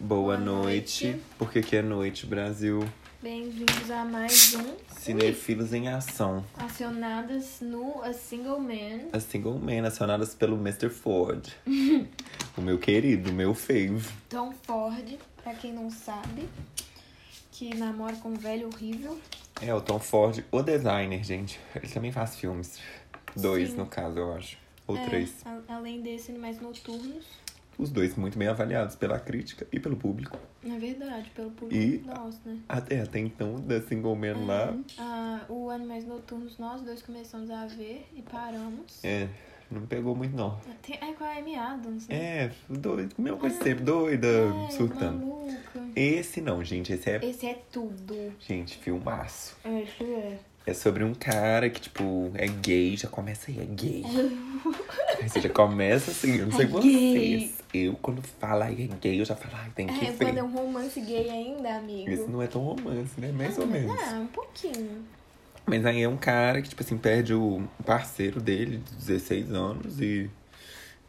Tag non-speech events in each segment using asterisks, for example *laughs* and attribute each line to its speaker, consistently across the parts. Speaker 1: Boa
Speaker 2: Boa
Speaker 1: noite.
Speaker 2: noite.
Speaker 1: Porque que é noite, Brasil?
Speaker 2: Bem-vindos a mais um
Speaker 1: Cinefilos em ação.
Speaker 2: Ui, Acionadas no A Single Man.
Speaker 1: As single men acionadas pelo Mr.
Speaker 2: *laughs*
Speaker 1: Ford. o meu querido, o meu fave.
Speaker 2: Tom Ford, pra quem não sabe, que namora com um velho horrível.
Speaker 1: É, o Tom Ford, o designer, gente. Ele também faz filmes. Dois,
Speaker 2: Sim.
Speaker 1: no caso, eu acho. Ou
Speaker 2: É,
Speaker 1: três.
Speaker 2: a- além desse, animais noturnos.
Speaker 1: Os dois muito bem avaliados pela crítica e pelo público.
Speaker 2: Na é verdade, pelo
Speaker 1: E-
Speaker 2: público nosso, né?
Speaker 1: Até, até então, da single men lá.
Speaker 2: Ah, o Animais Noturnos, nós dois começamos a ver e paramos.
Speaker 1: É, não pegou muito, não.
Speaker 2: Tem- é com a Amy Adams, né?
Speaker 1: É, doido,
Speaker 2: Ah,
Speaker 1: meu coisa sempre doida, surtando.
Speaker 2: maluca.
Speaker 1: Esse não, gente. Esse é,
Speaker 2: Esse é tudo.
Speaker 1: gente, filmaço.
Speaker 2: Esse é.
Speaker 1: É sobre um cara que, tipo, é gay. Já começa aí, é gay. Aí Você já começa assim, eu não sei
Speaker 2: É
Speaker 1: vocês.
Speaker 2: gay.
Speaker 1: Eu, quando fala ai, é gay, eu já falo, ai, tem que
Speaker 2: É,
Speaker 1: ver.
Speaker 2: quando é um romance gay ainda, amigo.
Speaker 1: Isso não é tão romance, né? Mais ou menos.
Speaker 2: Ah, um pouquinho.
Speaker 1: Mas aí é um cara que, tipo assim, perde o parceiro dele, de 16 anos, e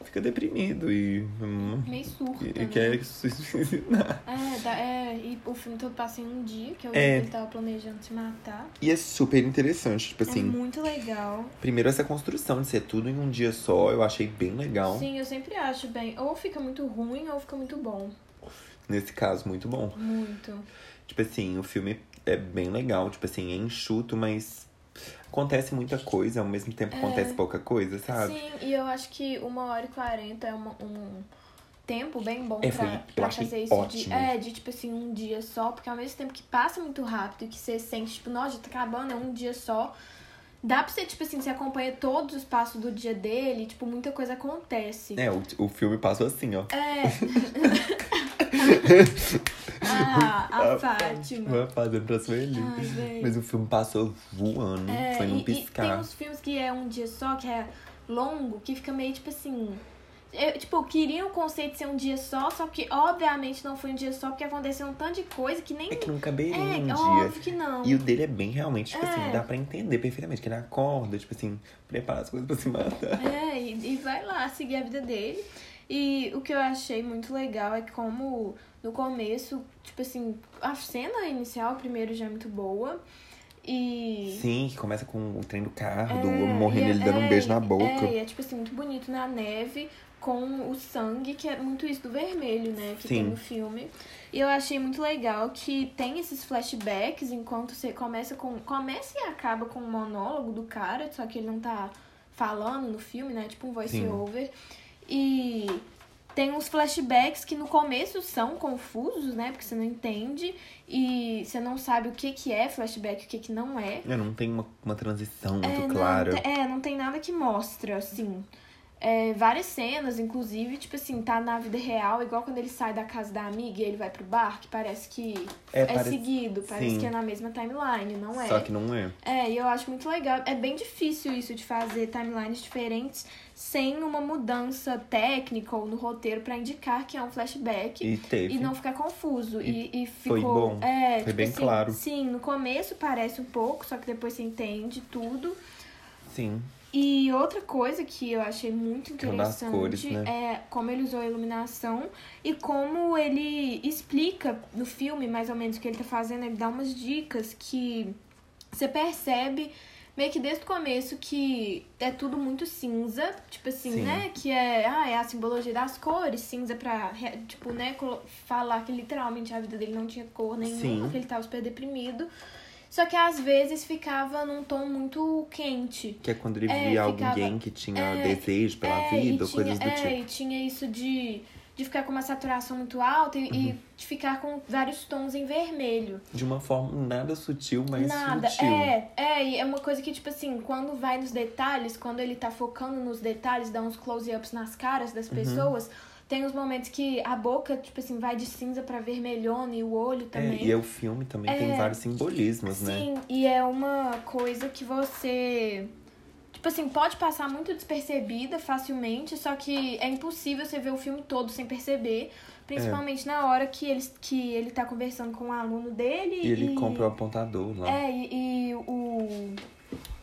Speaker 1: fica deprimido e. hum,
Speaker 2: Meio surto.
Speaker 1: e- é-
Speaker 2: né?
Speaker 1: e quer se suicidar.
Speaker 2: É, dá- é, e o filme todo passa em um dia, que é o
Speaker 1: É.
Speaker 2: dia que ele tava planejando se matar.
Speaker 1: E é super interessante, tipo assim.
Speaker 2: É muito legal.
Speaker 1: Primeiro, essa construção de ser tudo em um dia só, eu achei bem legal.
Speaker 2: Sim, eu sempre acho bem. Ou fica muito ruim, ou fica muito bom.
Speaker 1: Nesse caso, muito bom.
Speaker 2: Muito.
Speaker 1: Tipo assim, o filme é bem legal, tipo assim, é enxuto, mas acontece muita coisa, ao mesmo tempo acontece pouca coisa, sabe?
Speaker 2: É. Sim, e eu acho que uma hora e quarenta é uma- um tempo bem bom
Speaker 1: É, foi-
Speaker 2: pra,
Speaker 1: eu
Speaker 2: pra
Speaker 1: achei
Speaker 2: fazer isso de.
Speaker 1: ótimo.
Speaker 2: É, de tipo assim, um dia só, porque ao mesmo tempo que passa muito rápido e que você sente, tipo, nossa, já tá acabando, é um dia só. Dá pra você, tipo assim, você acompanha todos os passos do dia dele, tipo, muita coisa acontece.
Speaker 1: É, o, o filme passou assim, ó.
Speaker 2: É. ah,
Speaker 1: *laughs*
Speaker 2: a Fátima.
Speaker 1: Vai fazendo pra Sueli.
Speaker 2: Ai, gente.
Speaker 1: Mas o filme passou voando,
Speaker 2: É,
Speaker 1: foi
Speaker 2: e-
Speaker 1: num
Speaker 2: E,
Speaker 1: piscar.
Speaker 2: tem uns filmes que é um dia só, que é longo, que fica meio tipo assim. Eu, tipo, queria o conceito de ser um dia só, só que obviamente não foi um dia só, porque aconteceu um tanto de coisa que nem.
Speaker 1: É que não caberia
Speaker 2: é,
Speaker 1: um dia.
Speaker 2: óbvio que não.
Speaker 1: E o dele é bem realmente, tipo assim,
Speaker 2: É.
Speaker 1: dá pra entender perfeitamente que ele acorda, tipo assim, prepara as coisas pra se matar.
Speaker 2: É, e, e vai lá seguir a vida dele. E o que eu achei muito legal é que como no começo, tipo assim, a cena inicial primeiro já é muito boa. E.
Speaker 1: Sim, que começa com o trem do carro, do
Speaker 2: É,
Speaker 1: homem morrendo,
Speaker 2: e
Speaker 1: ele dando
Speaker 2: é,
Speaker 1: um beijo na boca.
Speaker 2: É, e é tipo assim, muito bonito na neve, com o sangue, que é muito isso do vermelho, né? Que tem
Speaker 1: Sim.
Speaker 2: no filme. E eu achei muito legal que tem esses flashbacks enquanto você começa com. Começa e acaba com um monólogo do cara, só que ele não tá falando no filme, né? Tipo um
Speaker 1: Sim.
Speaker 2: voice-over. E. Tem uns flashbacks que no começo são confusos, né? Porque você não entende e você não sabe o que, que é flashback e o que, que não é.
Speaker 1: É, não tem uma, uma transição
Speaker 2: É,
Speaker 1: muito
Speaker 2: não,
Speaker 1: clara.
Speaker 2: te- é, não tem nada que mostra, assim. É, várias cenas, inclusive, tipo assim, tá na vida real, igual quando ele sai da casa da amiga e ele vai pro bar, que parece que
Speaker 1: É,
Speaker 2: é
Speaker 1: parece-
Speaker 2: seguido, parece
Speaker 1: sim.
Speaker 2: que é na mesma timeline, não é?
Speaker 1: Só que não é.
Speaker 2: É, e eu acho muito legal. É bem difícil isso de fazer timelines diferentes sem uma mudança técnica ou no roteiro pra indicar que é um flashback.
Speaker 1: E teve.
Speaker 2: E não ficar confuso. E, e
Speaker 1: foi
Speaker 2: ficou.
Speaker 1: bom.
Speaker 2: É,
Speaker 1: Foi
Speaker 2: tipo
Speaker 1: bem
Speaker 2: assim,
Speaker 1: claro.
Speaker 2: Sim, no começo parece um pouco, só que depois você entende tudo.
Speaker 1: Sim.
Speaker 2: E outra coisa que eu achei muito
Speaker 1: é o das
Speaker 2: interessante
Speaker 1: cores, né?
Speaker 2: é como ele usou a iluminação e como ele explica no filme, mais ou menos, o que ele tá fazendo. Ele dá umas dicas que você percebe meio que desde o começo que é tudo muito cinza, tipo assim,
Speaker 1: Sim.
Speaker 2: né? Que é, ah, é a simbologia das cores, cinza pra, re- tipo, né, colo- falar que literalmente a vida dele não tinha cor nenhuma,
Speaker 1: Sim.
Speaker 2: que ele tava super deprimido. Só que às vezes ficava num tom muito quente.
Speaker 1: Que é quando ele
Speaker 2: É,
Speaker 1: via
Speaker 2: ficava-
Speaker 1: alguém que tinha
Speaker 2: é,
Speaker 1: desejo pela
Speaker 2: É,
Speaker 1: vida,
Speaker 2: e
Speaker 1: ou coisas do
Speaker 2: tinha, é,
Speaker 1: tipo.
Speaker 2: e tinha isso de, de ficar com uma saturação muito alta e,
Speaker 1: Uhum.
Speaker 2: e de ficar com vários tons em vermelho.
Speaker 1: De uma forma nada sutil, mas
Speaker 2: Nada.
Speaker 1: sutil.
Speaker 2: É, é, e é uma coisa que, tipo assim, quando vai nos detalhes, quando ele tá focando nos detalhes, dá uns close-ups nas caras das
Speaker 1: Uhum.
Speaker 2: pessoas. Tem uns momentos que a boca, tipo assim, vai de cinza pra vermelhona e o olho
Speaker 1: É,
Speaker 2: também.
Speaker 1: e é o filme também tem vários simbolismos, né?
Speaker 2: Sim, e é uma coisa que você. Tipo assim, pode passar muito despercebida facilmente, só que é impossível você ver o filme todo sem perceber. Principalmente na hora que ele, que ele tá conversando com o aluno dele.
Speaker 1: E ele compra o apontador lá.
Speaker 2: É, e, e o,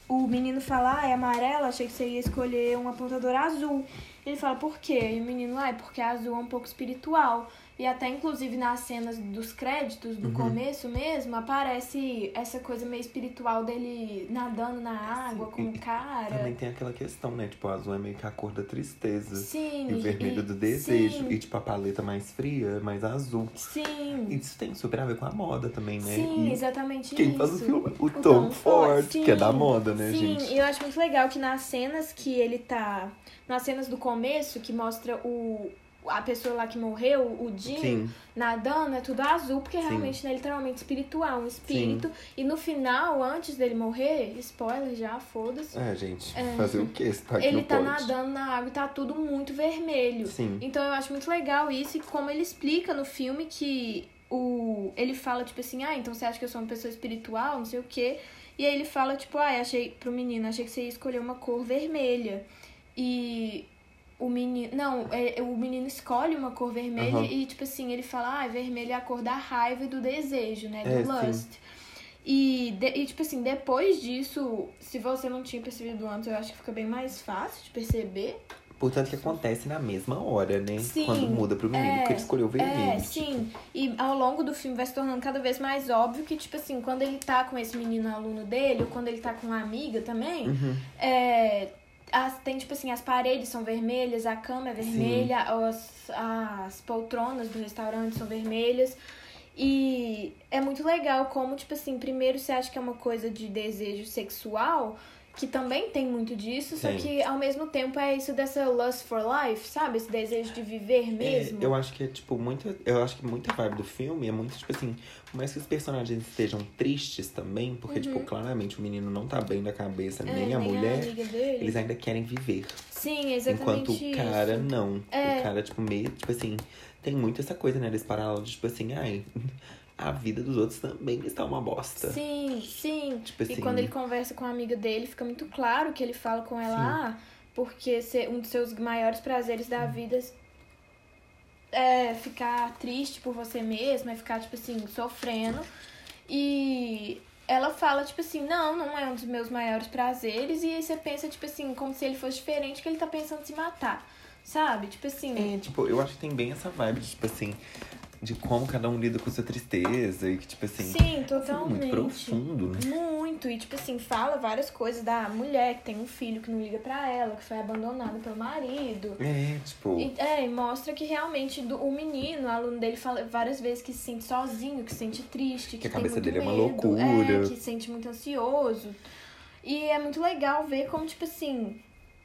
Speaker 2: o menino fala, ah, é amarelo, achei que você ia escolher um apontador azul. Ele fala, por quê? E o menino, ah, é porque azul é um pouco espiritual. E até inclusive nas cenas dos créditos
Speaker 1: Uhum.
Speaker 2: do começo mesmo, aparece essa coisa meio espiritual dele nadando na água com o
Speaker 1: e
Speaker 2: cara.
Speaker 1: Também tem aquela questão, né? Tipo, o azul é meio que a cor da tristeza.
Speaker 2: Sim.
Speaker 1: E o
Speaker 2: e-
Speaker 1: vermelho
Speaker 2: e-
Speaker 1: do desejo.
Speaker 2: Sim.
Speaker 1: E tipo, a paleta mais fria, é mais azul.
Speaker 2: Sim.
Speaker 1: Isso tem super a ver com a moda também, né?
Speaker 2: Sim,
Speaker 1: e
Speaker 2: exatamente
Speaker 1: quem
Speaker 2: isso.
Speaker 1: faz o filme? é O, Tom,
Speaker 2: Tom
Speaker 1: Ford,
Speaker 2: Ford,
Speaker 1: que é da
Speaker 2: sim,
Speaker 1: moda, né,
Speaker 2: Sim,
Speaker 1: gente?
Speaker 2: e eu acho muito legal que nas cenas que ele tá. Nas cenas do começo, que mostra o. A pessoa lá que morreu, o Jim,
Speaker 1: Sim,
Speaker 2: nadando, é tudo azul, porque
Speaker 1: Sim.
Speaker 2: realmente, né, ele é literalmente espiritual, um espírito. E no final, antes dele morrer, spoiler já, foda-se.
Speaker 1: é, gente. Fazer o quê? Você tá aqui
Speaker 2: Ele
Speaker 1: no
Speaker 2: tá
Speaker 1: pode.
Speaker 2: nadando na água e tá tudo muito vermelho.
Speaker 1: Sim.
Speaker 2: Então eu acho muito legal isso e como ele explica no filme que o ele fala tipo assim: "Ah, então você acha que eu sou uma pessoa espiritual, não sei o quê?" E aí ele fala tipo: "Ah, achei pro menino, achei que você ia escolher uma cor vermelha." E o menino, não, é, o menino escolhe uma cor vermelha
Speaker 1: Aham.
Speaker 2: e tipo assim, ele fala: "Ah, vermelho é a cor da raiva e do desejo, né, do
Speaker 1: É, sim.
Speaker 2: lust." E, de- e, tipo assim, depois disso, se você não tinha percebido antes, eu acho que fica bem mais fácil de perceber.
Speaker 1: Portanto, que acontece na mesma hora, né?
Speaker 2: Sim,
Speaker 1: Quando muda pro menino,
Speaker 2: é,
Speaker 1: porque ele escolheu o vermelho.
Speaker 2: É, sim.
Speaker 1: tipo.
Speaker 2: E ao longo do filme vai se tornando cada vez mais óbvio que, tipo assim, quando ele tá com esse menino aluno dele, ou quando ele tá com uma amiga também,
Speaker 1: Uhum.
Speaker 2: é, as- tem, tipo assim, as paredes são vermelhas, a cama é vermelha, as, as poltronas do restaurante são vermelhas. E é muito legal como, tipo assim, primeiro você acha que é uma coisa de desejo sexual, que também tem muito disso, só
Speaker 1: Tem.
Speaker 2: que ao mesmo tempo é isso dessa lust for life, sabe? Esse desejo de viver mesmo.
Speaker 1: É, eu acho que é, tipo, muita. Eu acho que muita vibe do filme é muito, tipo assim, por mais que os personagens estejam tristes também, porque, tipo, claramente o menino não tá bem da cabeça,
Speaker 2: Uhum. É,
Speaker 1: nem a mulher,
Speaker 2: amiga dele.
Speaker 1: eles ainda querem viver.
Speaker 2: Sim, exatamente
Speaker 1: Enquanto o cara
Speaker 2: isso. É.
Speaker 1: não. O cara, tipo, meio, tipo assim, tem muito essa coisa, né? Desse paralelo de, tipo assim, ai, *laughs* a vida dos outros também está uma bosta.
Speaker 2: Sim, sim.
Speaker 1: Tipo assim.
Speaker 2: E quando ele conversa com a amiga dele, fica muito claro que ele fala com ela, ah, porque se- um dos seus maiores prazeres da
Speaker 1: Hum.
Speaker 2: vida é ficar triste por você mesma, é ficar, tipo assim, sofrendo. E ela fala, tipo assim, não, não é um dos meus maiores prazeres. E aí você pensa, tipo assim, como se ele fosse diferente, que ele tá pensando em se matar. Sabe? Tipo assim.
Speaker 1: É, tipo, eu acho que tem bem essa vibe, de, tipo assim, de como cada um lida com sua tristeza e que, tipo assim,
Speaker 2: sim,
Speaker 1: é
Speaker 2: totalmente.
Speaker 1: muito profundo, né?
Speaker 2: Muito, e tipo assim, fala várias coisas da mulher que tem um filho que não liga pra ela, que foi abandonada pelo marido.
Speaker 1: É, tipo.
Speaker 2: E, é, e mostra que realmente do- o menino, o aluno dele, fala várias vezes que se sente sozinho, que se sente triste, que,
Speaker 1: Que a
Speaker 2: tem
Speaker 1: cabeça
Speaker 2: muito
Speaker 1: dele é uma
Speaker 2: medo,
Speaker 1: loucura.
Speaker 2: É, que se sente muito ansioso. E é muito legal ver como, tipo assim,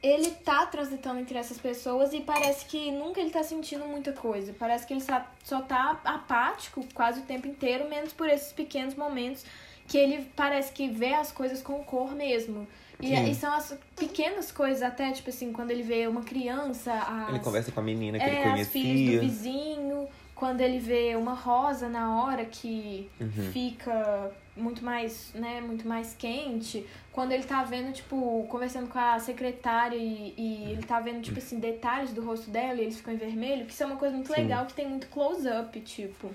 Speaker 2: ele tá transitando entre essas pessoas e parece que nunca ele tá sentindo muita coisa. Parece que ele só, só tá apático quase o tempo inteiro, menos por esses pequenos momentos que ele parece que vê as coisas com cor mesmo. E,
Speaker 1: Sim.
Speaker 2: e são as pequenas coisas, até, tipo assim, quando ele vê uma criança. As,
Speaker 1: Ele conversa com a menina né, que ele
Speaker 2: é, as filhas do
Speaker 1: conhecia.
Speaker 2: vizinho, quando ele vê uma rosa na hora que
Speaker 1: Uhum.
Speaker 2: fica muito mais, né, muito mais quente, quando ele tá vendo, tipo, conversando com a secretária e,
Speaker 1: Hum.
Speaker 2: e ele tá vendo, tipo assim, detalhes do rosto dela e eles ficam em vermelho, que isso é uma coisa muito
Speaker 1: Sim.
Speaker 2: legal, que tem muito close-up, tipo.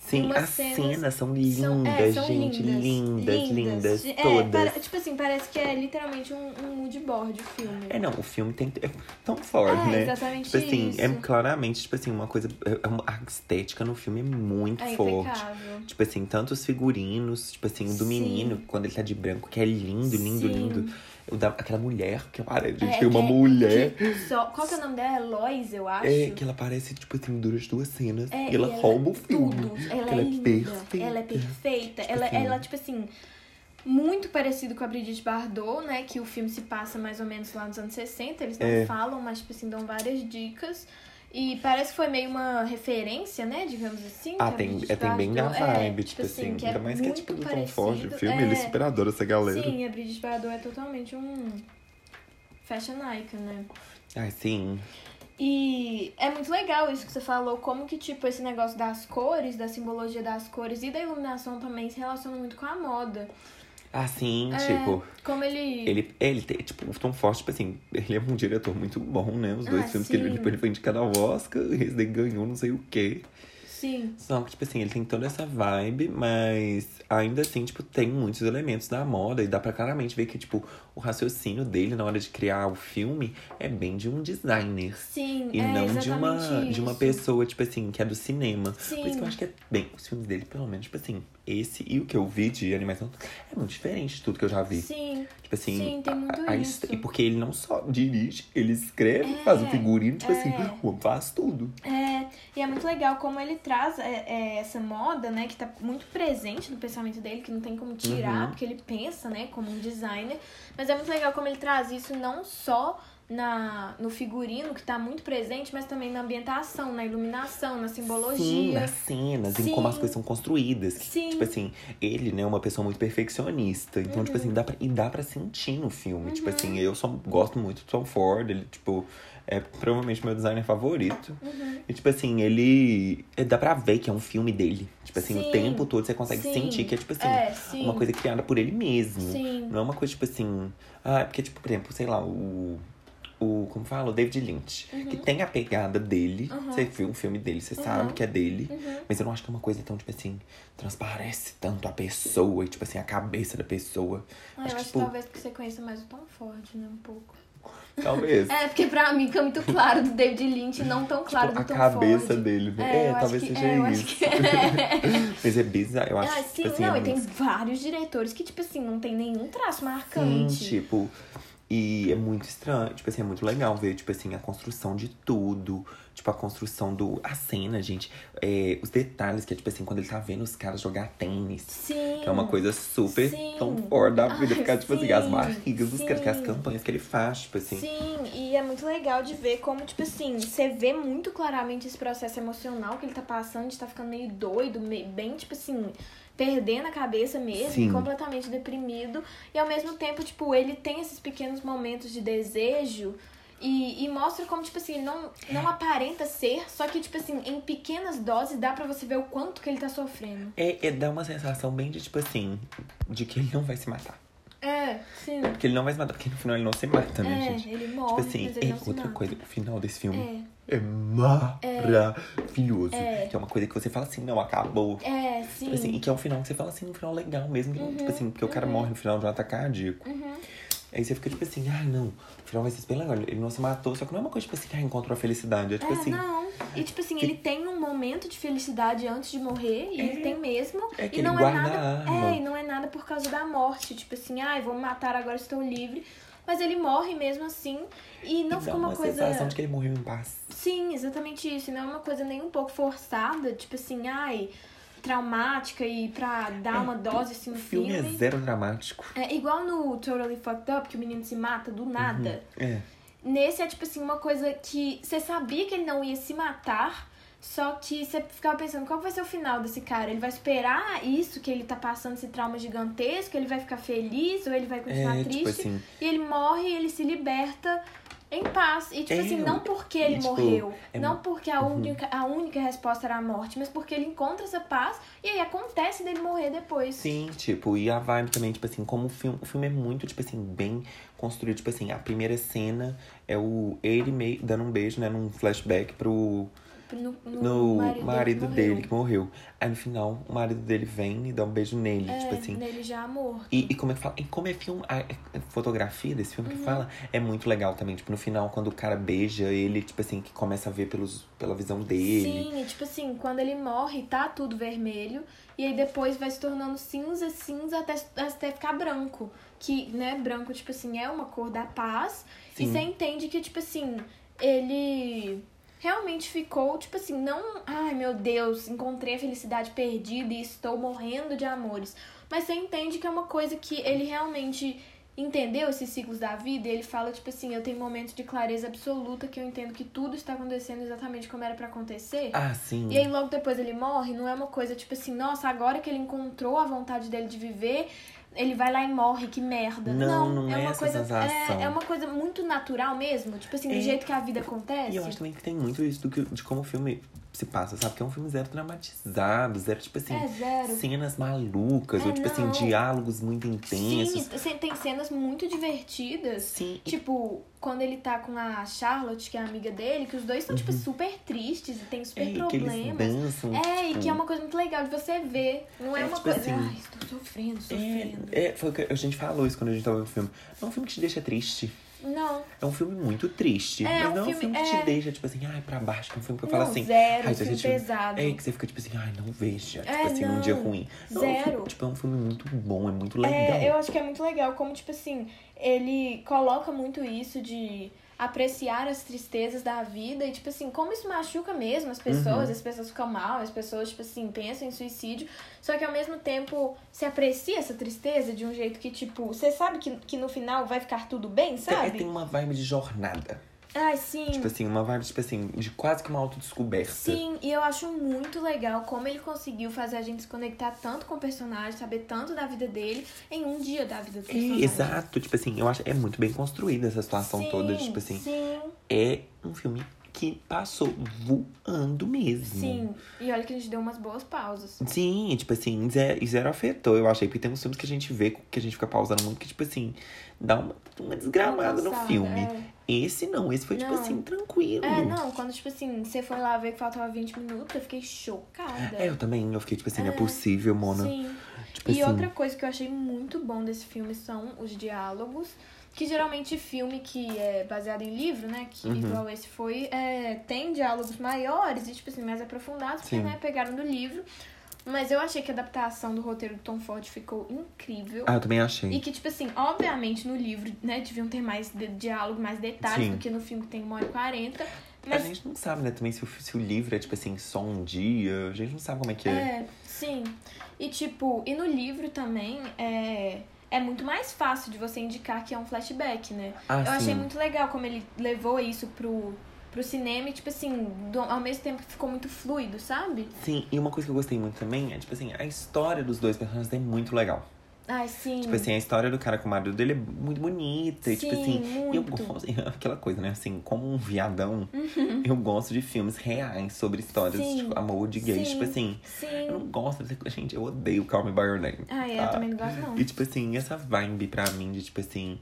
Speaker 1: Sim,
Speaker 2: umas
Speaker 1: as cenas,
Speaker 2: cenas-
Speaker 1: são lindas,
Speaker 2: São- é, são
Speaker 1: gente. Lindas, lindas,
Speaker 2: É,
Speaker 1: todas.
Speaker 2: para- tipo assim, parece que é literalmente um, um mood board o filme.
Speaker 1: É, não, o filme tem. É tão forte,
Speaker 2: É,
Speaker 1: né?
Speaker 2: exatamente
Speaker 1: Tipo assim,
Speaker 2: isso.
Speaker 1: é claramente, tipo assim, uma coisa. é uma- A estética no filme é muito
Speaker 2: É
Speaker 1: forte.
Speaker 2: impecável.
Speaker 1: Tipo assim, tanto os figurinos, tipo assim, o do
Speaker 2: Sim.
Speaker 1: menino, quando ele tá de branco, que é lindo, lindo,
Speaker 2: Sim.
Speaker 1: lindo. O da, aquela mulher que aparece, gente,
Speaker 2: É,
Speaker 1: tem uma
Speaker 2: que-
Speaker 1: mulher.
Speaker 2: que só- qual que é o nome dela? É Lois, eu acho.
Speaker 1: É, que ela aparece, tipo assim, durante duas cenas.
Speaker 2: É,
Speaker 1: e ela rouba o filme.
Speaker 2: Tudo. Ela,
Speaker 1: Porque ela é
Speaker 2: é linda.
Speaker 1: perfeita.
Speaker 2: Ela é perfeita. ela,
Speaker 1: assim-
Speaker 2: ela, tipo assim, muito parecido com a Brigitte Bardot, né? Que o filme se passa mais ou menos lá nos anos 60. Eles não
Speaker 1: É.
Speaker 2: falam, mas, tipo assim, dão várias dicas. E parece que foi meio uma referência, né? Digamos assim.
Speaker 1: Ah,
Speaker 2: que a
Speaker 1: tem,
Speaker 2: Brigitte
Speaker 1: é, tem bem a
Speaker 2: Bardot-
Speaker 1: vibe,
Speaker 2: é,
Speaker 1: tipo assim.
Speaker 2: que é
Speaker 1: Ainda mais que é
Speaker 2: muito
Speaker 1: tipo do Tom
Speaker 2: parecido.
Speaker 1: Ford, o filme,
Speaker 2: é,
Speaker 1: ele super adora essa galera.
Speaker 2: Sim, a Brigitte Bardot é totalmente um fashion icon, né?
Speaker 1: Ai, sim.
Speaker 2: E é muito legal isso que você falou, como que, tipo, esse negócio das cores, da simbologia das cores e da iluminação também se relaciona muito com a moda.
Speaker 1: Assim,
Speaker 2: É,
Speaker 1: tipo,
Speaker 2: Como ele.
Speaker 1: ele, ele tem, tipo, o Tom Ford, tipo assim, ele é um diretor muito bom, né? Os dois
Speaker 2: Ah,
Speaker 1: filmes que ele,
Speaker 2: sim.
Speaker 1: tipo, ele foi indicado ao Oscar, esse daí ganhou não sei o quê.
Speaker 2: Sim.
Speaker 1: Só que, tipo assim, ele tem toda essa vibe, mas ainda assim, tipo, tem muitos elementos da moda. E dá pra claramente ver que, tipo, o raciocínio dele na hora de criar o filme é bem de um designer.
Speaker 2: Sim,
Speaker 1: E
Speaker 2: é
Speaker 1: não de uma,
Speaker 2: exatamente
Speaker 1: de uma
Speaker 2: isso.
Speaker 1: pessoa, tipo assim, que é do cinema.
Speaker 2: Sim.
Speaker 1: Por isso que eu acho que é bem. Os filmes dele, pelo menos, tipo assim, esse e o que eu vi de animação é muito diferente de tudo que eu já vi.
Speaker 2: Sim,
Speaker 1: Tipo assim.
Speaker 2: Sim, tem muito
Speaker 1: a- a
Speaker 2: isso.
Speaker 1: est- E porque ele não só dirige, ele escreve, faz o figurino, tipo assim,
Speaker 2: é.
Speaker 1: o homem faz tudo.
Speaker 2: é, e é muito legal como ele traz é, é, essa moda, né, que tá muito presente no pensamento dele, que não tem como tirar,
Speaker 1: Uhum.
Speaker 2: porque ele pensa, né, como um designer. Mas é muito legal como ele traz isso não só na, no figurino, que tá muito presente, mas também na ambientação, na iluminação, na
Speaker 1: Sim,
Speaker 2: simbologia.
Speaker 1: nas cenas,
Speaker 2: Sim.
Speaker 1: em como as coisas são construídas. Que,
Speaker 2: Sim.
Speaker 1: Tipo assim, ele, né, é uma pessoa muito perfeccionista. Então, tipo
Speaker 2: Uhum.
Speaker 1: assim, dá pra, e dá pra sentir no filme. Tipo assim, eu só gosto muito do Tom Ford. Ele, tipo, é provavelmente meu designer favorito.
Speaker 2: Uhum.
Speaker 1: E, tipo assim, ele. é, dá pra ver que é um filme dele. Tipo assim,
Speaker 2: Sim.
Speaker 1: o tempo todo você consegue
Speaker 2: Sim.
Speaker 1: sentir que é, tipo assim,
Speaker 2: é, sim.
Speaker 1: uma coisa criada por ele mesmo.
Speaker 2: Sim.
Speaker 1: Não é uma coisa, tipo assim. Ah, é porque, tipo, por exemplo, sei lá, o. O, como fala? O David Lynch. Que tem a pegada dele.
Speaker 2: Uhum.
Speaker 1: Você viu um filme dele, você
Speaker 2: Uhum.
Speaker 1: sabe que é dele.
Speaker 2: Uhum.
Speaker 1: Mas eu não acho que é uma coisa tão, tipo assim, transparece tanto a pessoa e, tipo assim, a cabeça da pessoa.
Speaker 2: Ah, eu
Speaker 1: Acho
Speaker 2: acho
Speaker 1: que,
Speaker 2: que
Speaker 1: tipo-
Speaker 2: talvez porque você conheça mais o Tom Ford, né? Um pouco.
Speaker 1: Talvez.
Speaker 2: É, porque pra mim fica muito claro do David Lynch, não tão claro
Speaker 1: tipo,
Speaker 2: do Tom
Speaker 1: a cabeça
Speaker 2: Ford.
Speaker 1: dele, né?
Speaker 2: É,
Speaker 1: É,
Speaker 2: eu acho
Speaker 1: talvez
Speaker 2: que-
Speaker 1: seja
Speaker 2: é, eu acho
Speaker 1: isso.
Speaker 2: que é.
Speaker 1: Mas é bizarro. Eu acho
Speaker 2: Ah,
Speaker 1: que, tipo
Speaker 2: sim,
Speaker 1: assim,
Speaker 2: não,
Speaker 1: é
Speaker 2: e tem
Speaker 1: muito
Speaker 2: vários diretores que, tipo assim, não tem nenhum traço
Speaker 1: Sim,
Speaker 2: marcante.
Speaker 1: tipo. E é muito estranho, tipo assim, é muito legal ver, tipo assim, a construção de tudo. Tipo, a construção do. A cena, gente. é, os detalhes, que é tipo assim, quando ele tá vendo os caras jogar tênis.
Speaker 2: Sim.
Speaker 1: Que é uma coisa super
Speaker 2: Sim.
Speaker 1: tão fora da vida.
Speaker 2: Ai,
Speaker 1: Ficar, tipo
Speaker 2: sim,
Speaker 1: assim, as barrigas dos caras, que as
Speaker 2: sim.
Speaker 1: campanhas que ele faz, tipo assim.
Speaker 2: Sim, e é muito legal de ver como, tipo assim, você vê muito claramente esse processo emocional que ele tá passando, de tá ficando meio doido, meio, bem, tipo assim, perdendo a cabeça mesmo,
Speaker 1: Sim.
Speaker 2: completamente deprimido. E ao mesmo tempo, tipo, ele tem esses pequenos momentos de desejo. E, e mostra como, tipo assim, ele não, não aparenta ser, só que, tipo assim, em pequenas doses dá pra você ver o quanto que ele tá sofrendo.
Speaker 1: É, é dá uma sensação bem de, tipo assim, de que ele não vai se matar.
Speaker 2: É, sim.
Speaker 1: Porque ele não vai se matar, porque no final ele não se mata, né,
Speaker 2: É,
Speaker 1: gente?
Speaker 2: ele
Speaker 1: Tipo
Speaker 2: morre,
Speaker 1: assim,
Speaker 2: mas ele
Speaker 1: é
Speaker 2: não se
Speaker 1: outra
Speaker 2: mata.
Speaker 1: coisa, o final desse filme.
Speaker 2: É.
Speaker 1: É maravilhoso.
Speaker 2: É.
Speaker 1: Que é uma coisa que você fala assim, não, acabou.
Speaker 2: É, sim. Uhum,
Speaker 1: Tipo assim, e que é um final que você fala assim, um final legal mesmo. que- tipo assim, porque o cara morre no final de um ataque cardíaco. Aí você fica tipo assim, ah, não, o final vai ser bem legal. Ele não se matou, só que não é uma coisa tipo assim, ah, encontrou a felicidade. É tipo
Speaker 2: É,
Speaker 1: assim,
Speaker 2: não. E tipo assim, ele tem um momento de felicidade antes de morrer, e ele tem mesmo.
Speaker 1: é que
Speaker 2: e
Speaker 1: ele
Speaker 2: não
Speaker 1: guarda
Speaker 2: é nada.
Speaker 1: a arma.
Speaker 2: É, e não é nada por causa da morte. Tipo assim, ai, vou me matar agora, estou livre. Mas ele morre mesmo assim. E não
Speaker 1: E dá
Speaker 2: ficou uma,
Speaker 1: uma
Speaker 2: coisa.
Speaker 1: sensação de que ele morreu em paz.
Speaker 2: Sim, exatamente isso. E não é uma coisa nem um pouco forçada, tipo assim, ai, traumática e pra dar uma dose assim
Speaker 1: É, O
Speaker 2: no
Speaker 1: filme
Speaker 2: filme.
Speaker 1: é zero dramático.
Speaker 2: É igual no Totally Fucked Up, que o menino se mata do nada.
Speaker 1: É.
Speaker 2: Nesse é tipo assim, uma coisa que você sabia que ele não ia se matar, só que você ficava pensando, qual vai ser o final desse cara? Ele vai esperar isso que ele tá passando esse trauma gigantesco, ele vai ficar feliz ou ele vai continuar
Speaker 1: É,
Speaker 2: triste?
Speaker 1: tipo assim.
Speaker 2: E ele morre, ele se liberta em paz. E tipo
Speaker 1: É,
Speaker 2: assim, não porque ele
Speaker 1: e, tipo,
Speaker 2: morreu,
Speaker 1: é
Speaker 2: não porque a única, a única resposta era a morte, mas porque ele encontra essa paz e aí acontece dele morrer depois.
Speaker 1: Sim, tipo, e a vibe também, tipo assim, como o filme, o filme é muito, tipo assim, bem construído. Tipo assim, a primeira cena é o ele meio dando um beijo, né, num flashback pro,
Speaker 2: No, no
Speaker 1: no
Speaker 2: marido,
Speaker 1: marido,
Speaker 2: que
Speaker 1: dele,
Speaker 2: morreu.
Speaker 1: que morreu. Aí no final, o marido dele vem e dá um beijo nele,
Speaker 2: É,
Speaker 1: tipo assim.
Speaker 2: nele já morto.
Speaker 1: E, e como é que fala? E como é filme. A, a fotografia desse filme
Speaker 2: Uhum.
Speaker 1: que fala é muito legal também. Tipo, no final, quando o cara beija ele, tipo assim, que começa a ver pelos, pela visão dele.
Speaker 2: Sim, e tipo assim, quando ele morre, tá tudo vermelho. E aí depois vai se tornando cinza, cinza, até, até ficar branco. Que, né, branco, tipo assim, é uma cor da paz. E
Speaker 1: Sim.
Speaker 2: você entende que, tipo assim, ele realmente ficou, tipo assim, não... Ai, meu Deus, encontrei a felicidade perdida e estou morrendo de amores. Mas você entende que é uma coisa que ele realmente... Entendeu esses ciclos da vida? E ele fala, tipo assim, eu tenho momentos de clareza absoluta que eu entendo que tudo está acontecendo exatamente como era pra acontecer.
Speaker 1: Ah, sim.
Speaker 2: E aí logo depois ele morre, não é uma coisa tipo assim, nossa, agora que ele encontrou a vontade dele de viver, ele vai lá e morre, que merda.
Speaker 1: Não, não é
Speaker 2: uma
Speaker 1: essa
Speaker 2: coisa
Speaker 1: sensação.
Speaker 2: É, é uma coisa muito natural mesmo, tipo assim, do
Speaker 1: É.
Speaker 2: jeito que a vida acontece.
Speaker 1: E eu acho também que tem muito isso do que, de como o filme se passa, sabe? Que é um filme zero dramatizado, zero, tipo assim,
Speaker 2: É zero.
Speaker 1: cenas malucas,
Speaker 2: É,
Speaker 1: ou tipo
Speaker 2: não.
Speaker 1: assim, diálogos muito intensos.
Speaker 2: Sim, tem- tem cenas muito divertidas.
Speaker 1: Sim, e-
Speaker 2: Tipo, quando ele tá com a Charlotte, que é a amiga dele, que os dois são, tipo, super tristes e tem super
Speaker 1: Uhum. é, que eles
Speaker 2: problemas.
Speaker 1: dançam.
Speaker 2: É, e
Speaker 1: tipo,
Speaker 2: que é uma coisa muito legal de você ver. Não é,
Speaker 1: É,
Speaker 2: uma
Speaker 1: tipo
Speaker 2: coisa.
Speaker 1: assim,
Speaker 2: Ai, estou sofrendo, sofrendo.
Speaker 1: É, é, foi o que a gente falou isso quando a gente tava vendo o filme. É um filme que te deixa triste.
Speaker 2: Não.
Speaker 1: É um filme muito triste.
Speaker 2: É,
Speaker 1: mas
Speaker 2: um
Speaker 1: não é um
Speaker 2: filme-
Speaker 1: filme que
Speaker 2: é.
Speaker 1: te deixa, tipo assim, ai, pra baixo. Que é um filme que eu falo
Speaker 2: não,
Speaker 1: assim.
Speaker 2: zero,
Speaker 1: ai, se
Speaker 2: filme
Speaker 1: assistir um-
Speaker 2: pesado.
Speaker 1: É que você fica tipo assim, ai, não veja.
Speaker 2: É,
Speaker 1: tipo assim, um dia
Speaker 2: não.
Speaker 1: ruim. Não, é um
Speaker 2: Zero.
Speaker 1: filme- tipo, é um filme muito bom, é muito legal.
Speaker 2: É, eu acho que é muito legal como, tipo assim, ele coloca muito isso de apreciar as tristezas da vida e, tipo assim, como isso machuca mesmo as pessoas,
Speaker 1: Uhum.
Speaker 2: as pessoas ficam mal, as pessoas, tipo assim, pensam em suicídio, só que ao mesmo tempo se aprecia essa tristeza de um jeito que, tipo, você sabe que, que no final vai ficar tudo bem,
Speaker 1: Tem- é, tem
Speaker 2: sabe?
Speaker 1: uma vibe de jornada.
Speaker 2: Ai, sim.
Speaker 1: Tipo assim, uma vibe, tipo assim, de quase que uma autodescoberta.
Speaker 2: Sim, e eu acho muito legal como ele conseguiu fazer a gente se conectar tanto com o personagem, saber tanto da vida dele em um dia da vida do
Speaker 1: É,
Speaker 2: personagem.
Speaker 1: exato. Tipo assim, eu acho é muito bem construída essa situação toda. de, Tipo assim,
Speaker 2: Sim,
Speaker 1: é um filme que passou voando mesmo.
Speaker 2: sim. E olha que a gente deu umas boas pausas.
Speaker 1: Sim, tipo assim, zero, zero afetou, eu achei. Porque tem uns filmes que a gente vê, que a gente fica pausando muito, que, tipo assim, dá uma, uma desgramada no
Speaker 2: Sabe?
Speaker 1: filme.
Speaker 2: É.
Speaker 1: Esse não, esse foi, tipo
Speaker 2: Não.
Speaker 1: assim, tranquilo.
Speaker 2: É, não, quando, tipo assim, você foi lá ver que faltava 20 minutos, eu fiquei chocada.
Speaker 1: É, eu também, eu fiquei, tipo assim, não
Speaker 2: É.
Speaker 1: é possível, Mona.
Speaker 2: Sim.
Speaker 1: Tipo
Speaker 2: E
Speaker 1: assim.
Speaker 2: outra coisa que eu achei muito bom desse filme são os diálogos. Que geralmente filme que é baseado em livro, né? Que
Speaker 1: Uhum.
Speaker 2: igual esse foi, é, tem diálogos maiores e, tipo assim, mais aprofundados, porque
Speaker 1: Sim.
Speaker 2: né, pegaram do livro. Mas eu achei que a adaptação do roteiro do Tom Ford ficou incrível.
Speaker 1: Ah, eu também achei.
Speaker 2: E que, tipo assim, obviamente no livro, né, deviam ter mais de- diálogo, mais detalhes
Speaker 1: Sim.
Speaker 2: do que no filme que tem uma hora e quarenta.
Speaker 1: A
Speaker 2: Mas,
Speaker 1: gente não sabe, né, também se o, se o livro é, tipo assim, só um dia. A gente não sabe como é que é.
Speaker 2: é, sim. E, tipo, e no livro também é, é muito mais fácil de você indicar que é um flashback, né?
Speaker 1: Ah,
Speaker 2: Eu achei
Speaker 1: sim.
Speaker 2: muito legal como ele levou isso pro, pro cinema e, tipo assim, do- ao mesmo tempo que ficou muito fluido, sabe?
Speaker 1: Sim, e uma coisa que eu gostei muito também é, tipo assim, a história dos dois personagens é muito legal.
Speaker 2: Ai, sim.
Speaker 1: Tipo assim, a história do cara com o marido dele é muito bonita.
Speaker 2: sim,
Speaker 1: E, tipo assim,
Speaker 2: muito.
Speaker 1: E Eu gosto, *laughs* aquela coisa, né? Assim, como um viadão, eu gosto de filmes reais sobre histórias
Speaker 2: Uhum. Sim.
Speaker 1: de tipo, amor de gays.
Speaker 2: Sim.
Speaker 1: Tipo assim, eu
Speaker 2: Sim.
Speaker 1: não gosto dessa coisa. Gente, eu odeio Call Me By Your Name.
Speaker 2: Ai, é, eu
Speaker 1: tá?
Speaker 2: também não gosto, não.
Speaker 1: E, tipo assim, essa vibe pra mim de, tipo assim...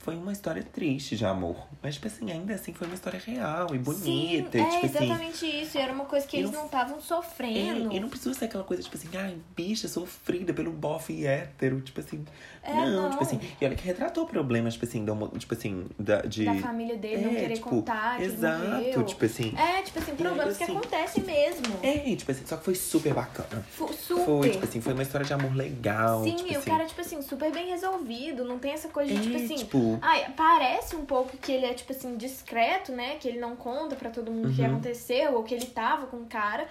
Speaker 1: Foi uma história triste de amor. Mas, tipo assim, ainda assim, foi uma história real e bonita.
Speaker 2: Sim,
Speaker 1: e,
Speaker 2: é
Speaker 1: tipo assim...
Speaker 2: exatamente isso. E era uma coisa que
Speaker 1: eu
Speaker 2: eles
Speaker 1: não-
Speaker 2: não estavam sofrendo.
Speaker 1: É, e não precisa ser aquela coisa, tipo assim, ai, bicha sofrida pelo bofe hétero, tipo assim.
Speaker 2: É,
Speaker 1: não,
Speaker 2: não.
Speaker 1: tipo assim. E olha que retratou problemas, tipo assim, da, homo- tipo assim, da, de.
Speaker 2: Da família dele não
Speaker 1: É,
Speaker 2: querer
Speaker 1: tipo,
Speaker 2: contar, que
Speaker 1: Exato,
Speaker 2: ele morreu.
Speaker 1: tipo assim.
Speaker 2: É, tipo assim, problemas que
Speaker 1: assim,
Speaker 2: acontecem mesmo.
Speaker 1: É, e, tipo assim, só que foi super bacana.
Speaker 2: Fu- Super.
Speaker 1: Foi, tipo assim, foi uma história de amor legal.
Speaker 2: Sim,
Speaker 1: tipo
Speaker 2: e o
Speaker 1: assim.
Speaker 2: cara, tipo assim, super bem resolvido. Não tem essa coisa de,
Speaker 1: é,
Speaker 2: tipo assim...
Speaker 1: tipo,
Speaker 2: Ai, parece um pouco que ele é, tipo assim, discreto, né? Que ele não conta pra todo mundo o que
Speaker 1: Uhum.
Speaker 2: aconteceu ou que ele tava com o cara.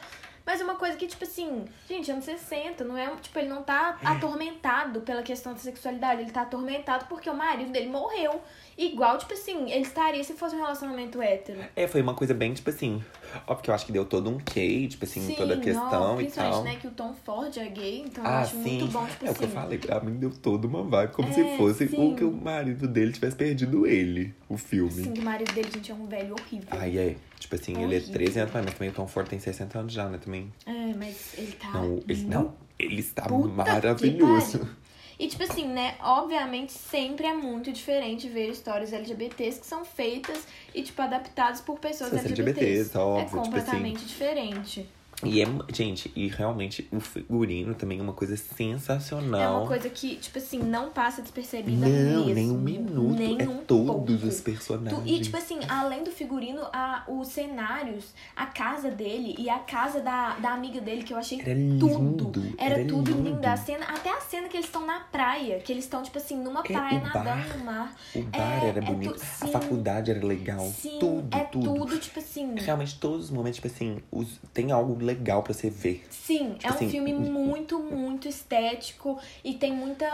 Speaker 2: Mas uma coisa que, tipo assim, gente, anos 60, não é. Tipo, ele não tá atormentado pela questão da sexualidade. Ele tá atormentado porque o marido dele morreu. Igual, tipo assim, ele estaria se fosse um relacionamento hétero.
Speaker 1: é, foi uma coisa bem, tipo assim. Ó, porque eu acho que deu todo um quê, tipo assim, toda a
Speaker 2: não,
Speaker 1: questão e
Speaker 2: principalmente,
Speaker 1: tal.
Speaker 2: né, que o Tom Ford é gay, então eu
Speaker 1: Ah,
Speaker 2: acho
Speaker 1: sim.
Speaker 2: muito bom, tipo
Speaker 1: é o
Speaker 2: assim.
Speaker 1: que eu falei, pra mim deu toda uma vibe, como
Speaker 2: É,
Speaker 1: se fosse
Speaker 2: sim.
Speaker 1: o que o marido dele tivesse perdido ele, o filme.
Speaker 2: Assim, que o marido dele, gente, é um velho horrível.
Speaker 1: Ai, é. Tipo assim, ele é
Speaker 2: Horrível.
Speaker 1: 13 anos, mas também então o Tom Ford tem 60 anos já, né? Também.
Speaker 2: É, mas ele tá.
Speaker 1: Não, ele não. Ele está
Speaker 2: Puta que
Speaker 1: maravilhoso.
Speaker 2: pariu. E tipo assim, né? Obviamente sempre é muito diferente ver histórias LGBTs que são feitas e, tipo, adaptadas por pessoas
Speaker 1: Essas
Speaker 2: LGBTs.
Speaker 1: LGBTs,
Speaker 2: é
Speaker 1: óbvio, tipo assim.
Speaker 2: completamente diferente.
Speaker 1: E é, gente, e realmente o figurino também é uma coisa sensacional.
Speaker 2: É uma coisa que, tipo assim, não passa despercebida
Speaker 1: Não,
Speaker 2: mesmo.
Speaker 1: nem um minuto.
Speaker 2: Nem
Speaker 1: é
Speaker 2: um
Speaker 1: todos
Speaker 2: pouco.
Speaker 1: os
Speaker 2: Tu-
Speaker 1: personagens.
Speaker 2: e, tipo assim, além do figurino, a, os cenários, a casa dele e a casa da, da amiga dele, que eu achei
Speaker 1: Era lindo.
Speaker 2: tudo. Era, tudo
Speaker 1: lindo.
Speaker 2: lindo. A cena, até a cena que eles estão na praia, que eles estão, tipo assim, numa
Speaker 1: É,
Speaker 2: praia
Speaker 1: o bar.
Speaker 2: nadando no mar.
Speaker 1: O bar
Speaker 2: É,
Speaker 1: era
Speaker 2: é
Speaker 1: bonito.
Speaker 2: tu-
Speaker 1: a
Speaker 2: sim.
Speaker 1: faculdade era legal.
Speaker 2: Sim,
Speaker 1: tudo,
Speaker 2: é
Speaker 1: tudo. É
Speaker 2: tipo assim.
Speaker 1: Realmente, todos os momentos, tipo assim, os- tem algo legal pra você ver.
Speaker 2: Sim, é um
Speaker 1: assim,
Speaker 2: filme
Speaker 1: o-
Speaker 2: muito, muito estético e tem muita.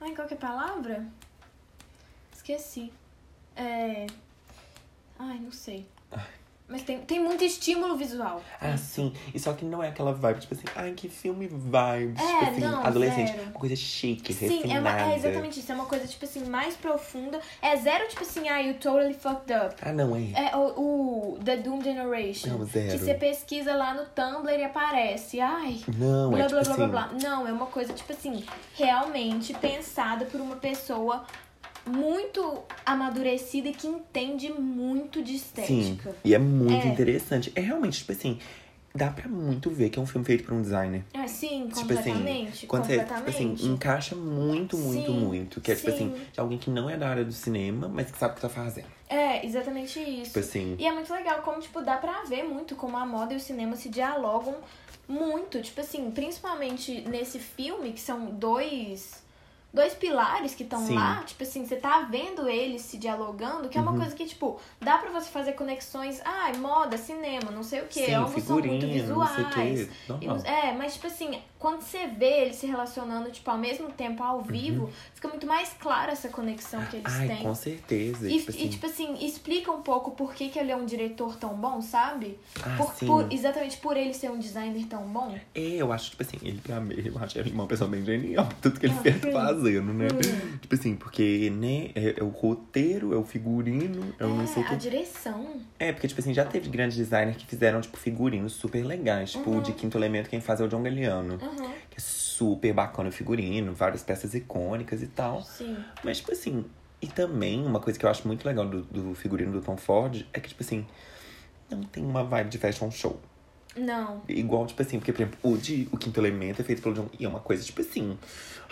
Speaker 2: Ai, qual que é a palavra? Esqueci. É. Ai, não sei. Mas tem, tem muito estímulo visual.
Speaker 1: Ah, sim. E só que não é aquela vibe, tipo assim, ai, que filme vibe. tipo assim,
Speaker 2: É, não,
Speaker 1: adolescente.
Speaker 2: zero.
Speaker 1: Uma coisa chique,
Speaker 2: Sim, é,
Speaker 1: refinada.
Speaker 2: uma- é exatamente isso. É uma coisa, tipo assim, mais profunda. É zero, tipo assim, ah, you totally fucked up.
Speaker 1: Ah, não, é.
Speaker 2: É o, o The Doom Generation.
Speaker 1: Não, zero.
Speaker 2: Que você pesquisa lá no Tumblr e aparece. Ai.
Speaker 1: Não,
Speaker 2: Blá,
Speaker 1: é tipo
Speaker 2: blá, blá,
Speaker 1: assim.
Speaker 2: blá, blá. Não, é uma coisa, tipo assim, realmente pensada por uma pessoa muito amadurecida e que entende muito de
Speaker 1: Sim,
Speaker 2: estética.
Speaker 1: e é muito
Speaker 2: É.
Speaker 1: interessante. É realmente, tipo assim, dá pra muito ver que é um filme feito por um designer.
Speaker 2: Ah, sim,
Speaker 1: Tipo assim,
Speaker 2: completamente.
Speaker 1: Quando você, tipo
Speaker 2: completamente.
Speaker 1: assim, encaixa muito, muito,
Speaker 2: Sim,
Speaker 1: muito. Que é, tipo assim,
Speaker 2: sim.
Speaker 1: de alguém que não é da área do cinema, mas que sabe o que tá fazendo.
Speaker 2: É, exatamente isso.
Speaker 1: Tipo assim,
Speaker 2: E é muito legal como, tipo, dá pra ver muito como a moda e o cinema se dialogam muito. Tipo assim, principalmente nesse filme, que são dois. Dois pilares que estão
Speaker 1: Sim.
Speaker 2: lá, tipo assim, você tá vendo eles se dialogando, que é
Speaker 1: Uhum.
Speaker 2: uma coisa que, tipo, dá pra você fazer conexões, ai, moda, cinema, não sei o quê,
Speaker 1: sim,
Speaker 2: ambos são é muito
Speaker 1: figurinha, não
Speaker 2: visuais.
Speaker 1: sei o que.
Speaker 2: E não-
Speaker 1: Normal.
Speaker 2: É, mas tipo assim, quando você vê eles se relacionando, tipo, ao mesmo tempo, ao vivo, fica muito mais clara essa conexão é que eles
Speaker 1: Uhum. Ai,
Speaker 2: têm.
Speaker 1: com certeza.
Speaker 2: E,
Speaker 1: tipo
Speaker 2: e,
Speaker 1: assim,
Speaker 2: tipo assim, explica um pouco por que, que ele é um diretor tão bom, sabe?
Speaker 1: ah,
Speaker 2: Por-
Speaker 1: sim.
Speaker 2: por- exatamente por ele ser um designer tão bom.
Speaker 1: É, eu acho, tipo assim, ele pra mim, eu acho ele uma pessoa bem genial, *laughs* tudo que ele
Speaker 2: Ah, Hum.
Speaker 1: fez
Speaker 2: sim.
Speaker 1: fazendo, né? Tipo assim, porque, né, é, é o roteiro, é o figurino, é o não sei o
Speaker 2: É,
Speaker 1: que.
Speaker 2: a direção.
Speaker 1: É, porque, tipo assim, já teve grandes designers que fizeram, tipo, figurinos super legais. Tipo, o
Speaker 2: Uhum.
Speaker 1: de Quinto Elemento, quem faz é o John Galliano.
Speaker 2: Aham,
Speaker 1: Que é super bacana o figurino, várias peças icônicas e tal.
Speaker 2: sim.
Speaker 1: Mas, tipo assim, e também uma coisa que eu acho muito legal do, do figurino do Tom Ford é que, tipo assim, não tem uma vibe de fashion show.
Speaker 2: Não.
Speaker 1: Igual, tipo assim, porque, por exemplo, o de O Quinto Elemento é feito pelo John... E é uma coisa, tipo assim...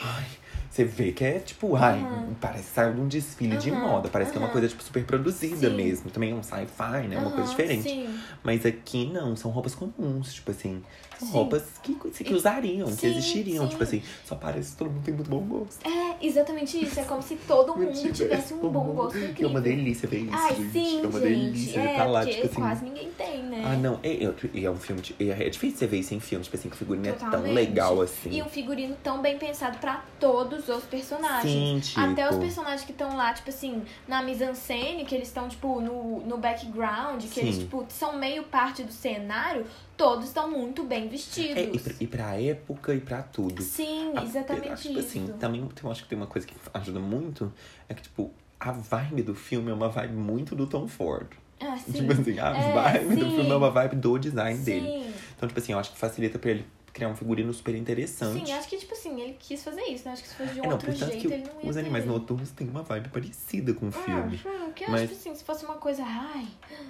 Speaker 1: Ai, você vê que é, tipo, ai...
Speaker 2: Aham.
Speaker 1: Parece que saiu de um desfile de
Speaker 2: Aham,
Speaker 1: moda. Parece que é uma
Speaker 2: aham.
Speaker 1: coisa, tipo, super produzida
Speaker 2: Sim. Uhum.
Speaker 1: mesmo. Também é um sci-fi, né? Uma
Speaker 2: Aham,
Speaker 1: coisa diferente.
Speaker 2: Sim.
Speaker 1: Mas aqui não, são roupas comuns, tipo assim. São
Speaker 2: Sim.
Speaker 1: roupas que, que usariam, que
Speaker 2: Sim,
Speaker 1: existiriam.
Speaker 2: sim.
Speaker 1: Tipo assim, só parece que todo mundo tem muito bom gosto.
Speaker 2: É, exatamente isso. É como se todo mundo
Speaker 1: Mentira,
Speaker 2: tivesse um
Speaker 1: todo
Speaker 2: bom
Speaker 1: mundo.
Speaker 2: gosto
Speaker 1: Que é uma
Speaker 2: incrível.
Speaker 1: delícia ver isso,
Speaker 2: Ai,
Speaker 1: gente.
Speaker 2: sim,
Speaker 1: é uma
Speaker 2: gente.
Speaker 1: delícia
Speaker 2: É,
Speaker 1: tá lá,
Speaker 2: porque
Speaker 1: tipo assim.
Speaker 2: quase ninguém tem, né?
Speaker 1: Ah, não. É, é, é um filme. de- é, é difícil você ver isso em filme, tipo assim, que o figurino é tão
Speaker 2: Totalmente.
Speaker 1: legal assim.
Speaker 2: E um figurino tão bem pensado pra todos os personagens.
Speaker 1: Sim, tipo.
Speaker 2: Até os personagens que estão lá, tipo assim, na mise-en-scène, que eles estão, tipo, no, no background, que
Speaker 1: Sim.
Speaker 2: eles, tipo, são meio parte do cenário, todos estão muito bem
Speaker 1: É, e,
Speaker 2: vestidos.
Speaker 1: pra, e pra época e pra tudo.
Speaker 2: Sim,
Speaker 1: Apesar-
Speaker 2: exatamente
Speaker 1: tipo
Speaker 2: isso.
Speaker 1: assim, também tem- eu acho que tem uma coisa que ajuda muito, é que, tipo, a vibe do filme é uma vibe muito do Tom Ford.
Speaker 2: Ah, sim.
Speaker 1: Tipo assim, a
Speaker 2: É,
Speaker 1: vibe do
Speaker 2: sim.
Speaker 1: filme é uma vibe do design
Speaker 2: sim.
Speaker 1: dele. Então, tipo assim, eu acho que facilita pra ele criar um figurino super interessante.
Speaker 2: Sim, acho que, tipo assim, ele quis fazer isso, né? Acho que se fosse de
Speaker 1: Então,
Speaker 2: um
Speaker 1: é, não,
Speaker 2: outro
Speaker 1: portanto
Speaker 2: jeito,
Speaker 1: que
Speaker 2: ele não ia
Speaker 1: os animais
Speaker 2: fazer.
Speaker 1: noturnos têm uma vibe parecida com o
Speaker 2: Ah,
Speaker 1: filme.
Speaker 2: hum, que eu
Speaker 1: Mas-
Speaker 2: acho, tipo assim, se fosse uma coisa, ai...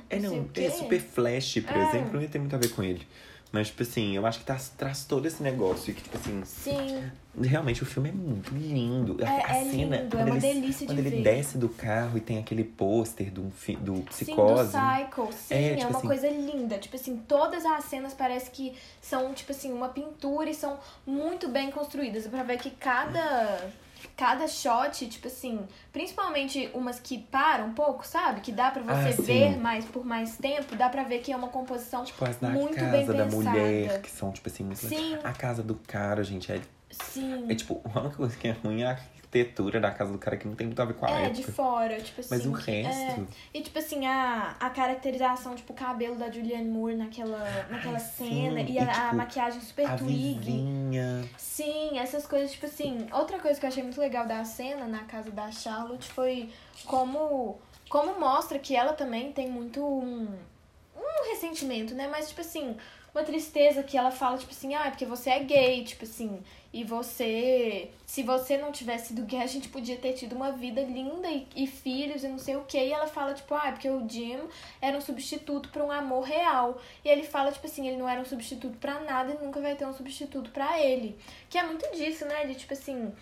Speaker 1: é,
Speaker 2: sei
Speaker 1: não,
Speaker 2: o quê.
Speaker 1: é super flash, por
Speaker 2: É.
Speaker 1: exemplo, não ia ter muito a ver com ele. Mas, tipo assim, eu acho que tá- traz todo esse negócio. Que, tipo assim,
Speaker 2: Sim,
Speaker 1: realmente o filme é muito lindo. A-
Speaker 2: É-
Speaker 1: a
Speaker 2: é
Speaker 1: cena,
Speaker 2: lindo, é
Speaker 1: quando
Speaker 2: uma
Speaker 1: ele,
Speaker 2: delícia de
Speaker 1: Quando ele
Speaker 2: ver.
Speaker 1: desce do carro e tem aquele pôster do, fi- do
Speaker 2: sim,
Speaker 1: psicose.
Speaker 2: do Psycho, sim,
Speaker 1: É,
Speaker 2: é,
Speaker 1: tipo
Speaker 2: uma
Speaker 1: assim-
Speaker 2: coisa linda. Tipo assim, todas as cenas parece que são, tipo assim, uma pintura e são muito bem construídas. Dá pra ver que cada, cada shot, tipo assim, principalmente umas que param um pouco, sabe? Que dá pra
Speaker 1: Ah,
Speaker 2: você
Speaker 1: sim.
Speaker 2: ver mais por mais tempo, dá pra ver que é uma composição
Speaker 1: Tipo, as da
Speaker 2: Muito bem
Speaker 1: casa da
Speaker 2: pensada.
Speaker 1: mulher, que são, tipo assim, muito
Speaker 2: Sim.
Speaker 1: A casa do cara, gente, é
Speaker 2: sim.
Speaker 1: É tipo, *laughs* a única coisa que é ruim é a arquitetura da casa do cara que não tem muito a ver com a
Speaker 2: É,
Speaker 1: época.
Speaker 2: de fora, tipo assim.
Speaker 1: Mas o
Speaker 2: que- é.
Speaker 1: resto.
Speaker 2: E tipo assim, a, a caracterização, tipo, o cabelo da Julianne Moore naquela, naquela
Speaker 1: sim.
Speaker 2: cena. E,
Speaker 1: E,
Speaker 2: a, a
Speaker 1: tipo,
Speaker 2: maquiagem super
Speaker 1: a
Speaker 2: twig.
Speaker 1: vizinha.
Speaker 2: Sim, essas coisas, tipo assim. Outra coisa que eu achei muito legal da cena na casa da Charlotte foi como, como mostra que ela também tem muito um, um ressentimento, né? Mas, tipo assim, uma tristeza que ela fala, tipo assim, ah, é porque você é gay, tipo assim, e você. Se você não tivesse sido gay, a gente podia ter tido uma vida linda e, e filhos e não sei o que. E ela fala, tipo, ah, é porque o Jim era um substituto pra um amor real. E ele fala, tipo assim, ele não era um substituto pra nada e nunca vai ter um substituto pra ele. Que é muito disso, né? De tipo assim.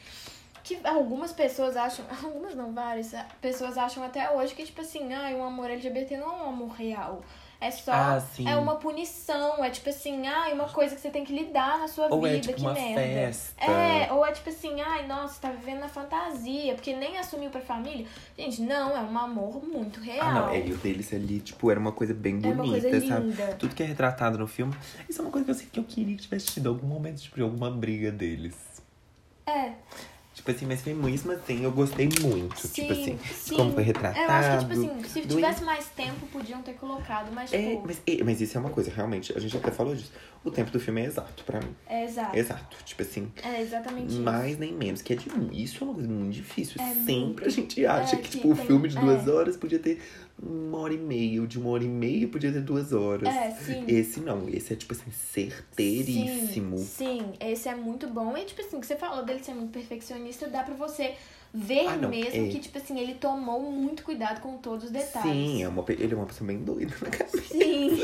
Speaker 2: Que algumas pessoas acham. *laughs* Algumas não, várias. a- Pessoas acham até hoje que, tipo assim, ah, um amor LGBT não é um amor real. É só.
Speaker 1: Ah, sim.
Speaker 2: É uma punição. É tipo assim, ah, é uma coisa que você tem que lidar na sua
Speaker 1: Ou
Speaker 2: vida.
Speaker 1: é tipo
Speaker 2: que
Speaker 1: uma
Speaker 2: merda.
Speaker 1: festa.
Speaker 2: É, ou é tipo assim, ai, nossa, tá vivendo na fantasia, porque nem assumiu pra família. Gente, não, é um amor muito real.
Speaker 1: Ah, não, é, e o deles ali, tipo, era uma coisa bem
Speaker 2: É uma
Speaker 1: bonita,
Speaker 2: coisa
Speaker 1: sabe?
Speaker 2: linda.
Speaker 1: Tudo que é retratado no filme. Isso é uma coisa que eu, sei que eu queria que tivesse tido algum momento, tipo, de alguma briga deles.
Speaker 2: É,
Speaker 1: Tipo assim, mas foi muito assim, eu gostei muito.
Speaker 2: Sim,
Speaker 1: tipo assim, de
Speaker 2: sim.
Speaker 1: como foi
Speaker 2: É,
Speaker 1: retratado.
Speaker 2: eu acho que, tipo assim, se
Speaker 1: do
Speaker 2: tivesse mais tempo, podiam ter colocado, mas,
Speaker 1: É,
Speaker 2: tipo,
Speaker 1: mas, é, mas isso é uma coisa, realmente, a gente até falou disso. O tempo do filme é exato pra mim.
Speaker 2: é exato.
Speaker 1: Exato. Tipo assim,
Speaker 2: É exatamente isso.
Speaker 1: mais nem menos. Que é de, isso é uma coisa muito difícil.
Speaker 2: É
Speaker 1: Sempre
Speaker 2: muito.
Speaker 1: a gente acha
Speaker 2: É,
Speaker 1: que,
Speaker 2: que
Speaker 1: tipo, o
Speaker 2: tem-
Speaker 1: filme de duas
Speaker 2: é.
Speaker 1: horas podia ter uma hora e meia. O de uma hora e meia podia ter duas horas.
Speaker 2: É, sim.
Speaker 1: Esse não, esse é, tipo assim, certeiríssimo.
Speaker 2: Sim, sim, esse é muito bom. E, tipo assim, que você falou dele ser muito perfeccionista, dá pra você ver
Speaker 1: Ah, não,
Speaker 2: mesmo
Speaker 1: é.
Speaker 2: que, tipo assim, ele tomou muito cuidado com todos os detalhes.
Speaker 1: Sim, é uma, pe- ele é uma pessoa bem doida na cabeça. *laughs*
Speaker 2: Sim.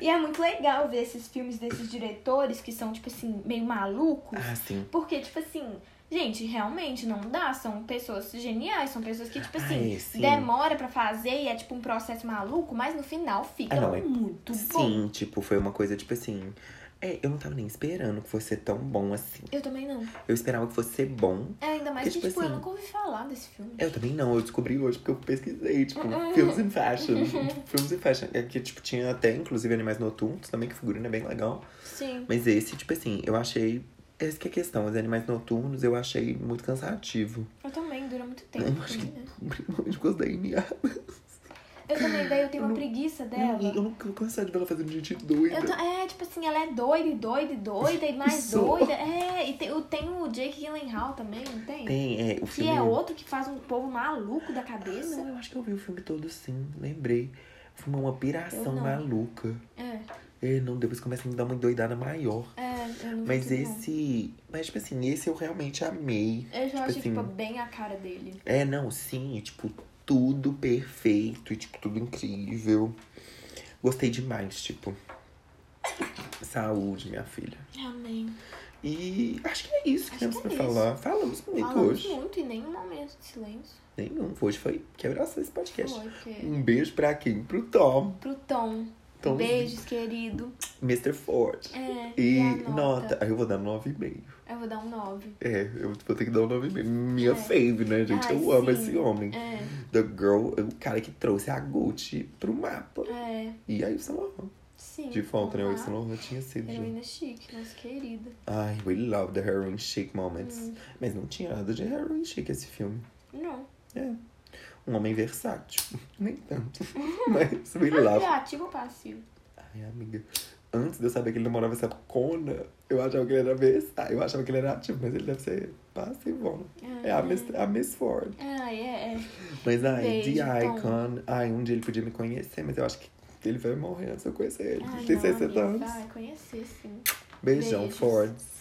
Speaker 2: E é muito legal ver esses filmes desses diretores que são, tipo assim, meio malucos.
Speaker 1: Ah, sim.
Speaker 2: Porque, tipo assim, gente, realmente não dá. São pessoas geniais, são pessoas que, tipo assim,
Speaker 1: Ah, é, sim.
Speaker 2: demora pra fazer e é tipo um processo maluco, mas no final fica
Speaker 1: Ah, não, é-
Speaker 2: muito um bom.
Speaker 1: Sim, tipo, foi uma coisa, tipo assim. É, eu não tava nem esperando que fosse tão bom assim.
Speaker 2: Eu também não.
Speaker 1: Eu esperava que fosse ser bom,
Speaker 2: É, ainda mais
Speaker 1: Porque,
Speaker 2: que, tipo,
Speaker 1: tipo
Speaker 2: eu
Speaker 1: assim,
Speaker 2: nunca ouvi falar desse filme.
Speaker 1: Eu também não, eu descobri hoje porque eu pesquisei, tipo,
Speaker 2: Uhum.
Speaker 1: filmes em
Speaker 2: *laughs*
Speaker 1: fashion. filmes em fashion. É que, tipo, tinha até, inclusive, Animais Noturnos também, que o figurino é bem legal.
Speaker 2: Sim.
Speaker 1: Mas esse, tipo assim, eu achei. Essa que é a questão, os Animais Noturnos eu achei muito cansativo. *laughs*
Speaker 2: Eu também, dura muito tempo.
Speaker 1: Eu acho que,
Speaker 2: né?
Speaker 1: principalmente por causa da Amy Adams.
Speaker 2: Eu também, daí eu tenho uma
Speaker 1: Não-
Speaker 2: preguiça dela.
Speaker 1: Eu não eu não cansei de ver ela fazendo gente doida.
Speaker 2: Eu tô- é, tipo assim, ela é doida e doida e doida e mais
Speaker 1: Sou.
Speaker 2: doida. É, e tem, eu tenho o Jake Gyllenhaal também, não tem?
Speaker 1: Tem, é, o
Speaker 2: Que
Speaker 1: filme.
Speaker 2: é outro né? que faz um povo maluco da
Speaker 1: Ah,
Speaker 2: cabeça.
Speaker 1: não, eu acho que eu vi o filme todo sim, lembrei. Foi uma
Speaker 2: Eu
Speaker 1: piração
Speaker 2: não.
Speaker 1: maluca.
Speaker 2: É,
Speaker 1: É, não, depois começa a me dar uma doidada maior.
Speaker 2: é, eu não vi
Speaker 1: Mas
Speaker 2: tudo, não.
Speaker 1: esse. Mas, tipo assim, esse eu realmente amei.
Speaker 2: Eu já
Speaker 1: tipo
Speaker 2: achei, tipo,
Speaker 1: assim-
Speaker 2: bem a cara dele.
Speaker 1: É, não, sim, e, tipo, tudo perfeito, e, tipo, tudo incrível. Gostei demais, tipo. *laughs* Saúde, minha filha.
Speaker 2: Amém.
Speaker 1: E acho que é isso que temos
Speaker 2: Acho que é
Speaker 1: pra
Speaker 2: isso.
Speaker 1: falar. Falamos muito
Speaker 2: Falamos
Speaker 1: hoje.
Speaker 2: muito e nenhum momento de silêncio.
Speaker 1: Nenhum. Hoje foi quebração esse podcast.
Speaker 2: Foi, porque...
Speaker 1: Um beijo pra quem? Pro Tom.
Speaker 2: Pro Tom.
Speaker 1: Tom
Speaker 2: Beijos, querido.
Speaker 1: Mr. Ford.
Speaker 2: É,
Speaker 1: E,
Speaker 2: a
Speaker 1: nota. Aí eu vou dar 9,5.
Speaker 2: Eu vou dar um 9.
Speaker 1: É, eu vou ter que dar um 9,5. Minha
Speaker 2: É.
Speaker 1: fave, né, gente?
Speaker 2: Ai,
Speaker 1: eu amo
Speaker 2: sim.
Speaker 1: esse homem.
Speaker 2: É,
Speaker 1: The Girl é o cara que trouxe a Gucci pro mapa.
Speaker 2: é,
Speaker 1: E a Yves Laurent.
Speaker 2: sim.
Speaker 1: De volta, né? O
Speaker 2: vamos
Speaker 1: Yves
Speaker 2: lá.
Speaker 1: Laurent tinha sido. já.
Speaker 2: Heroína chique, nossa querida.
Speaker 1: Ai, we love the heroin chic moments.
Speaker 2: Hum.
Speaker 1: Mas não tinha nada de heroin chic esse filme.
Speaker 2: Não.
Speaker 1: É. Um homem versátil. *laughs* Nem tanto. Mas we love.
Speaker 2: Criativo Ah, é ou passivo?
Speaker 1: Ai, amiga. Antes de eu saber que ele namorava essa cona, eu achava que ele era versátil. Eu achava que ele era ativo, mas ele deve ser passivão. É a Miss,
Speaker 2: Uhum.
Speaker 1: a Miss Ford.
Speaker 2: Ah, é, é.
Speaker 1: Mas ai,
Speaker 2: Beijo,
Speaker 1: The
Speaker 2: Tom.
Speaker 1: Icon. Ai, um dia ele podia me conhecer, mas eu acho que ele vai morrer antes de eu conhecer ele.
Speaker 2: Ai,
Speaker 1: Tem
Speaker 2: Ah, não,
Speaker 1: 60
Speaker 2: amiga,
Speaker 1: anos.
Speaker 2: Vai, conhecer sim.
Speaker 1: Beijão,
Speaker 2: Beijos.
Speaker 1: Fords.